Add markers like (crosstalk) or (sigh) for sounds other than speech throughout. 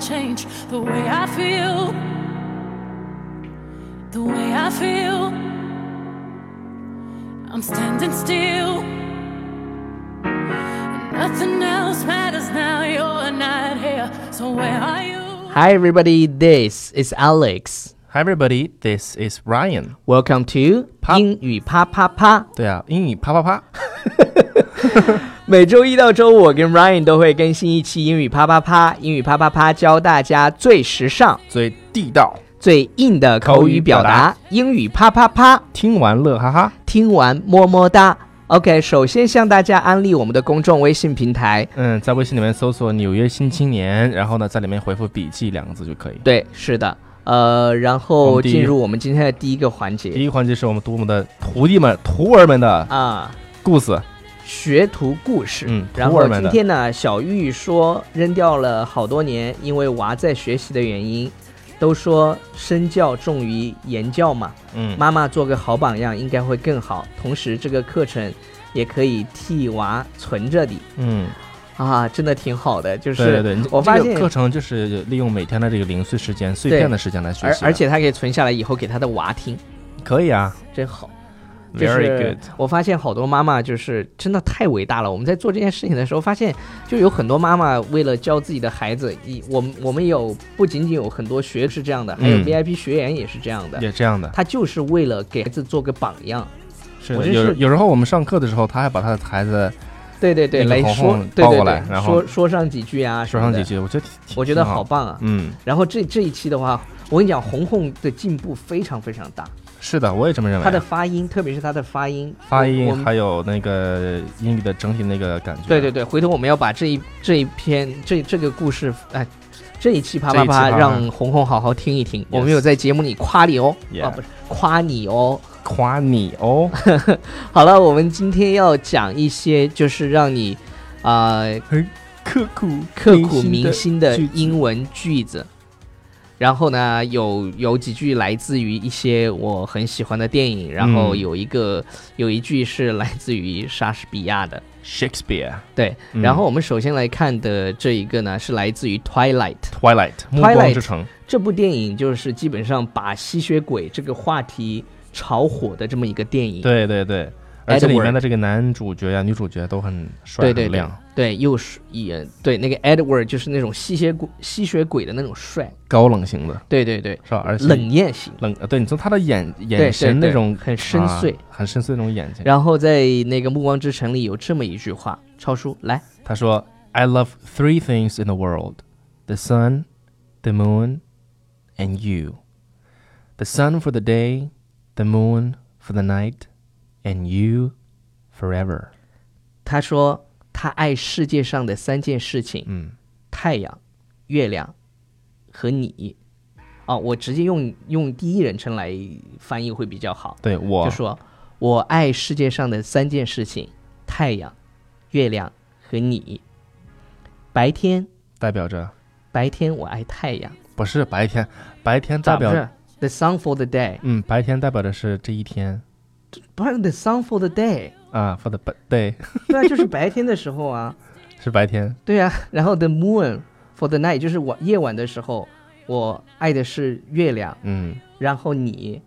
change the way I feel. The way I feel. I'm standing still. Nothing else matters now. You're not here. So where are you? Hi, everybody. This is Alex. Hi everybody, this is Ryan。 Welcome to 啪英语啪啪啪。对啊，英语啪啪啪。每周一到周五，我跟 Ryan 都会更新一期英语啪啪啪。英语啪啪啪教大家最时尚、所以地道，最硬的口语表达。英语啪啪啪，听完乐哈哈。听完么么哒。OK，首先向大家安利我们的公众微信平台。嗯，在微信里面搜索“纽约新青年”，然后呢，在里面回复“笔记”两个字就可以。对，是的，呃，然我后们第一进入我们今天的第一个环第节一个环节是我们读我们的徒弟们、徒儿们的啊，故事。学徒故事。嗯，然徒后儿们今的。天呢，小玉说扔掉了好多年，因为娃在学习的原因，都说身教重于言教嘛。嗯，妈妈做个好榜样应该会更好。同时，这个课程也可以替娃存着理嗯，啊，真的挺好的。就对对是对，你我发这个现课程就是利用每天的这个零碎时间、碎片的时间来学而习的，啊而且她可以存下来以后给她的娃听，可以啊真好。就，very 是 good。我发现好多妈妈就是真的太伟大了。我们在做这件事情的时候，发现就有很多妈妈为了教自己的孩子，一我们我们有不仅仅有很多学是这样的，还有嗯 VIP 学员也是这样的，也这样的，他就是为了给孩子做个榜样。是我的。真有是有时候我们上课的时候，他还把他的孩子对对对，那来个说红红对抱对过来对，然后说说上几句啊，说上几，句，我觉得挺我觉得挺好棒啊。嗯，然后这这一期的话，我跟你讲，红红的进步非常非常大，是的，我也这么认为。她的发音，特别是她的发音，发我音们还有那个英语的整体那个感觉。对对，对，回头我们要把这一这一篇这这个故事，哎，这一期啪这啪一期啪，啪啪让红红好好听一听。我们有在节目里夸你哦 Yes 啊不是夸你哦。夸你哦，好了，我们今天要讲一些就是让你啊、呃刻骨 (laughs) 刻骨铭心的句子英文句子。然后呢，有有几句来自于一些我很喜欢的电影，然后嗯有一个、有一句是来自于莎士比亚的， Shakespeare，对。嗯然后我们首先来看的这一个呢，是来自于《Twilight》。 Twilight 暮光之城，这部电影就是基本上把吸血鬼这个话题炒火的这么一个电影。对对对，而且里面的这个男主角呀、女主角都很帅、对对很对亮，对，又是也对那个 Edward 就是那种吸血鬼吸血鬼的那种帅，高冷型的对对对，是吧？而且冷艳型，冷，呃对你从他的眼对眼神对那种很深邃。啊很深邃那种眼睛，然后在那个《暮光之城》里有这么一句话，超叔来，他说：“I love three things in the world: the sun, the moon, and you. The sun for the day, the moon for the night, and you forever。他说他爱世界上的三件事情：”嗯，太阳、月亮和你。哦，我直接用用第一人称来翻译会比较好。对我就说我爱世界上的三件事情：太阳、月亮和你。白天，代表着白天我爱太阳，不是白天，白天代咋不表是？The sun for the day，嗯，白天代表的是这一天不是 The sun for the day，啊，for the b- day 对啊，就是白天的时候啊，是白天，对啊。 (laughs) 然后 The moon for the night，就是我夜晚的时候，我爱的是月亮，嗯，然后你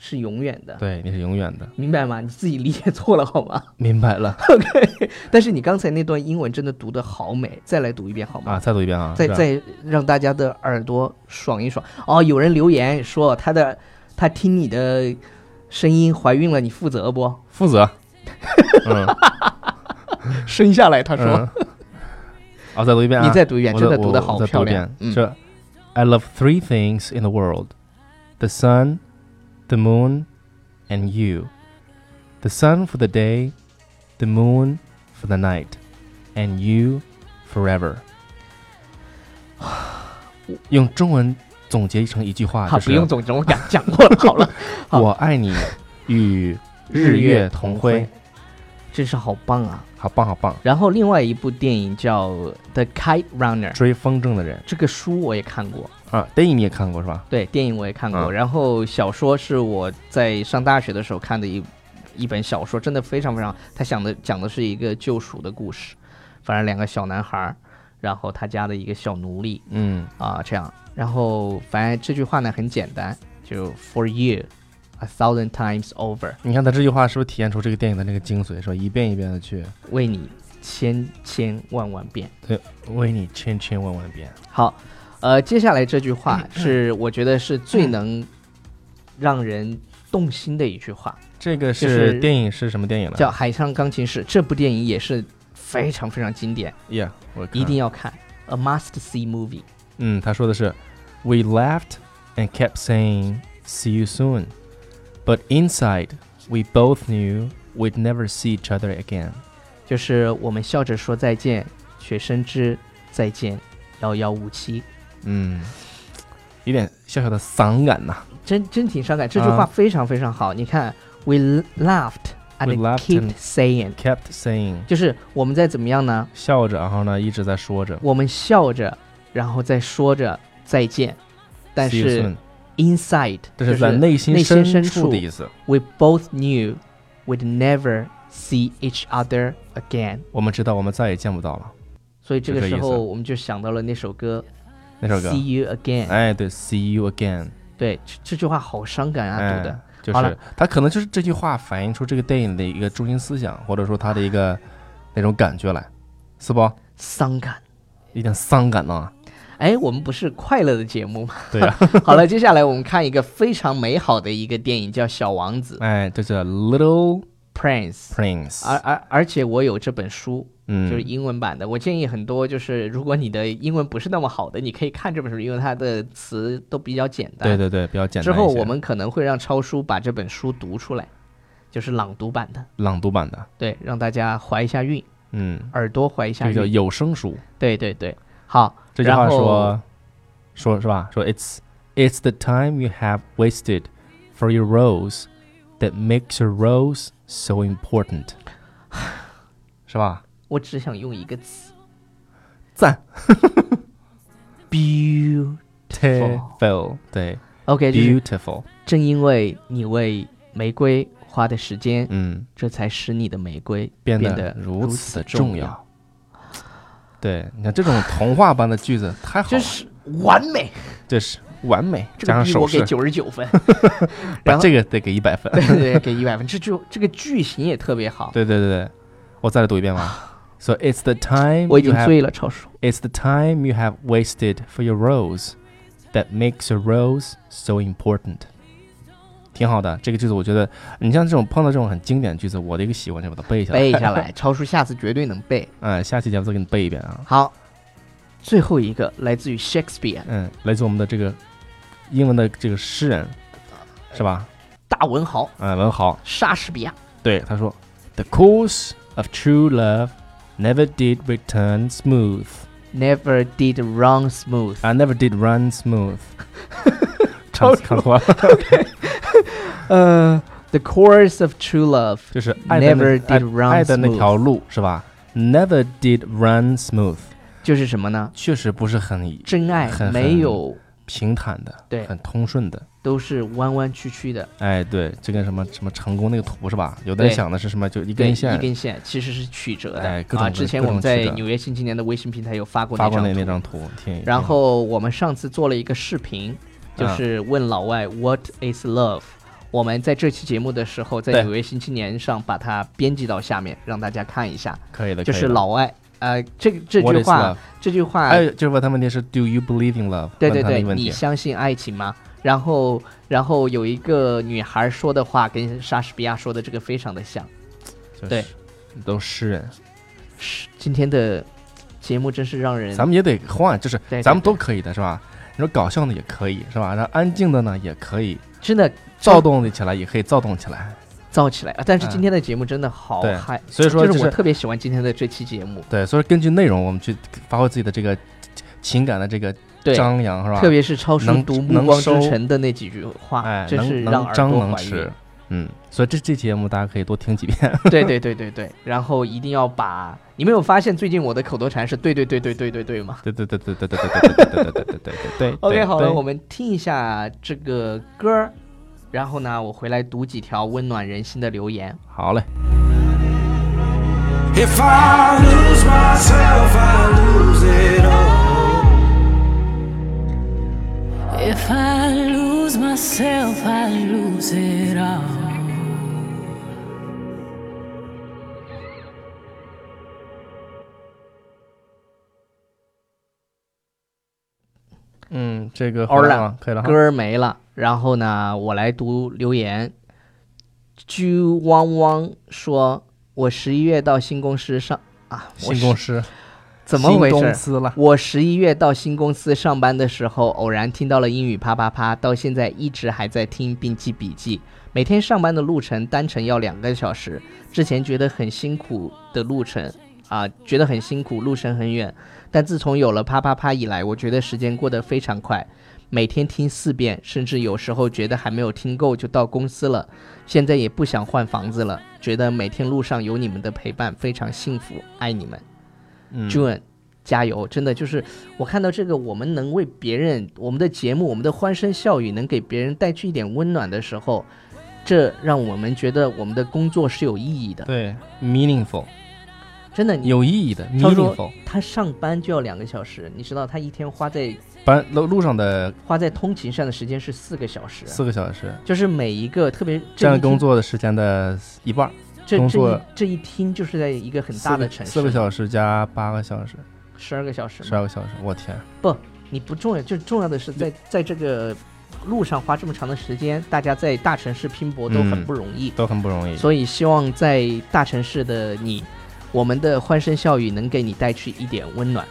是永远的，对，你是永远的，明白吗？你自己理解错了好吗 (laughs) 明白了？OK，但是你刚才那段英文真的读的好美，再来读一遍好吗？啊，再读一遍啊，再是吧再让大家的耳朵爽一爽。哦，有人留言说他的他听你的声音怀孕了，你负责不？负 (laughs) 责，嗯，生下来，他说、嗯，好，再读一遍啊，你再读一遍，我真的我读的好我再漂读一亮遍。嗯，这 I love three things in the world: the sun, the moon, and you. The sun for the day, the moon for the night, and you forever. (sighs) 用中文总结成一句话，好，啊就不是用总结，我讲讲过了，好了，好我爱你，与日月同辉。，真是好棒啊！好棒，好棒！然后另外一部电影叫《The Kite Runner》，追风筝的人这个书我也看过，啊，电影你也看过是吧？对，电影我也看过，嗯然后小说是我在上大学的时候看的一一本小说，真的非常非常，他想的讲的是一个救赎的故事，反正两个小男孩儿，然后他家的一个小奴隶嗯啊、这样。然后反正这句话呢很简单，就 for you a thousand times over，你看他这句话是不是体现出这个电影的那个精髓？说一遍一遍的去为你千千万万遍。对为你千千万万遍。好，呃，接下来这句话嗯是我觉得是最能让人动心的一句话，这个就是是电影是什么电影呢？叫《海上钢琴师》。这部电影也是非常非常经典， Yeah，我看一定要看，a must see movie。嗯，他说的是，We laughed and kept saying "See you soon," but inside we both knew we'd never see each other again。就是我们笑着说再见，却深知再见遥遥无期，嗯，有点小小的伤感呐、真真挺伤感。这句话啊非常非常好，你看，we laughed and We laughed kept and- saying， Kept saying，就是我们在怎么样呢？笑着，然后呢一直在说着我们笑着，然后再说着再见，但 "See you 是 soon"。 inside 这就是在内心内心深处处的意思。 we both knew we'd never see each other again。我们知道我们再也见不到了所以这个是这时意思候我们就想到了那首歌那首歌。 See You Again。哎，对，See you again。对，这这句话好伤感啊，哎读的。就好了是他可能就是这句话反映出这个电影的一个中心思想，或者说他的一个那种感觉来，是不？伤感。有点伤感啊呢。哎，我们不是快乐的节目吗？ (laughs) 对呀、好了，接下来我们看一个非常美好的一个电影，叫《小王子 (laughs) 哎，这是 Little》 （Prince）。 Prince，而而而且我有这本书，嗯，啊就是英文版的。我建议很多，就是如果你的英文不是那么好的，你可以看这本书，因为它的词都比较简单。对对对，比较简单一之些。后我们可能会让超叔把这本书读出来，就是朗读版的，朗读版的，对，让大家怀一下韵，嗯，耳朵怀一这下个叫韵。有声书。对对对，好，这句话然后说，说是吧？说 It's It's the time you have wasted for your roles that makes your roles so (laughs) important，是吧？我只想用一个词赞，beautiful。 ，beautiful，对 OK，就是，beautiful，正因为你为玫瑰花的时间，嗯，这才使你的玫瑰变得得如此此的重重要。对，你看这种童话般的句子太好了这，是完美，这是完美，这加个逼上手我给势，九十九分， (laughs) 把然后这个得给一 (laughs) 百分。对对对，给一百分。这就这个句型也特别好，对对对对，我再来读一遍吧。So it's the time 我已经 you have- 醉了，超叔。 It's the time you have wasted for your roles that makes your roles so important。挺好的，这个句子我觉得，你像这种碰到这种很经典的句子，我的一个习惯就把它背下来。背 (laughs) 下来，超叔下次绝对能背。嗯，下期节目再给你背一遍啊。好，最后一个来自于 Shakespeare 嗯，来自我们的这个英文的这个诗人，是吧？大文豪嗯，文豪，莎士比亚。对他说：“The course of true love never did return smooth, Never did run smooth。 I never did run (laughs) smooth。唱”唱错了。呃、t h e course of true love 就是爱的那 Never did 爱 run 爱的那 smooth 条路是吧？Never did run smooth，就是什么呢？确实不是很真爱很没有平坦的，对很通顺的。都是弯弯曲曲的，哎，对，这跟什么什么成功那个图是吧？有的人对想的是什么，就一对根线一根线其实是曲折的、哎各种啊。的之前各我种们在曲折纽约新青年的微信平台有发过发过张那图那张图，挺。然挺好后我们上次做了一个视频，就嗯是问老外 “What is love”。我们在这期节目的时候，在对《纽约新青年》上把它编辑到下面，让大家看一下。可以的，就可以是的老外，呃，这这 What 句 is 话 love？，这句话，哎，就是问他问题是 Do you believe in love？对问对他那对个，问你题，相信爱情吗？然后，然后有一个女孩说的话跟莎士比亚说的这个非常的像。就是对，都诗人，是今天的节目真是让人咱们也得换，就是对对咱们对都可以的是吧？你说搞笑的也可以是吧？然后安静的呢也可以，真的躁动的起来也可以躁动起来。燥起来啊！但是嗯今天的节目真的好对嗨，所以说就是就我是特别喜欢今天的这期节目。对，所以根据内容，我们去发挥自己的这个情感的这个对，张扬，是吧？特别是超叔能读《暮能光之收城》的那几句话，哎，真是能让能耳张朵能怀孕 (laughs) 弛。，嗯，所以这这节目大家可以多听几遍。 (laughs) 对对对对对，然后一定要把你没有发现最近我的口头禅是对对对对对对对吗对对对对对对对对对对对对对对对对。 ？OK，好了，我们们听一下这个歌儿，然后呢，我回来读几条温暖人心的留言。好嘞。 If I lose myself, I lose it all. If I lose myself, I lose it all. 嗯，这个好好了了，可以了哈歌。儿没了，然后呢，我来读留言。啾汪汪说：“我十一月到新公司上啊，我新公是司怎么回新公事？司了？我十一月到新公司上班的时候，偶然听到了英语啪啪啪，到现在一直还在听并记笔记。每天上班的路程单程要两个小时，之前觉得很辛苦的路程啊、觉得很辛苦，路程很远。但自从有了啪啪啪以来，我觉得时间过得非常快，每天听四遍，甚至有时候觉得还没有听够就到公司了。现在也不想换房子了，觉得每天路上有你们的陪伴非常幸福，爱你们。嗯 June，加油！真的就是我看到这个，我们能为别人，我们的节目，我们的欢声笑语能给别人带去一点温暖的时候，这让我们觉得我们的工作是有意义的。对，meaningful 真的，你有意义的他说，meaningful 他上班就要两个小时，你知道他一天花在班路路上的花在通勤上的时间是四个小时，啊四个小时，就是每一个特别这占一听工作的时间的一半儿，这工这一作这一听就是在一个很大的城市，四个小时加八个小时，十二个小时嘛，十二个小时，我天，你不重要，就重要的是在在这个路上花这么长的时间，大家在大城市拼搏都很嗯不容易，都很不容易。所以希望在大城市的你，我们的欢声笑语能给你带去一点温暖。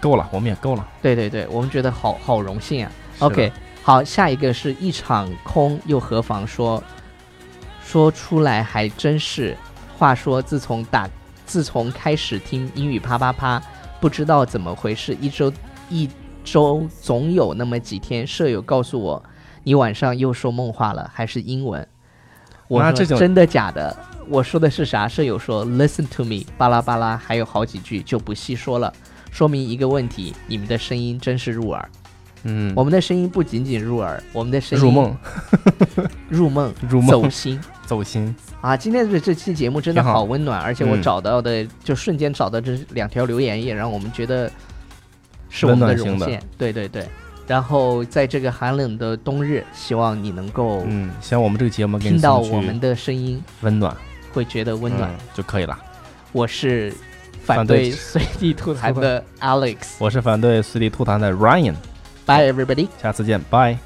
够了，我们也够了。对对对，我们觉得好好荣幸啊。是的 OK，好，下一个是一场空又何妨说，说出来还真是。话说自从打自从开始听英语啪啪啪，不知道怎么回事，一周一周总有那么几天，舍友告诉我你晚上又说梦话了，还是英文。我那说这种真的假的？我说的是啥？舍友说 “listen to me”，巴拉巴拉，还有好几句就不细说了。说明一个问题：你们的声音真是入耳。嗯，我们的声音不仅仅入耳，我们的声音入梦入梦、入梦走 (laughs) 心走心，啊！今天的这期节目真的挺好好温暖，而且我嗯找到的、就瞬间找到这两条留言，也让我们觉得是我温们的暖荣型的幸。对对对。然后在这个寒冷的冬日，希望你能够嗯，像我们这个节目给你听到送去我们的声音，温暖会觉得温暖。嗯就可以 (laughs) 了。我是反反对对随地吐 (laughs) 痰的 Alex。我是反对随地吐痰的 Ryan， Bye everybody. 下次见，拜。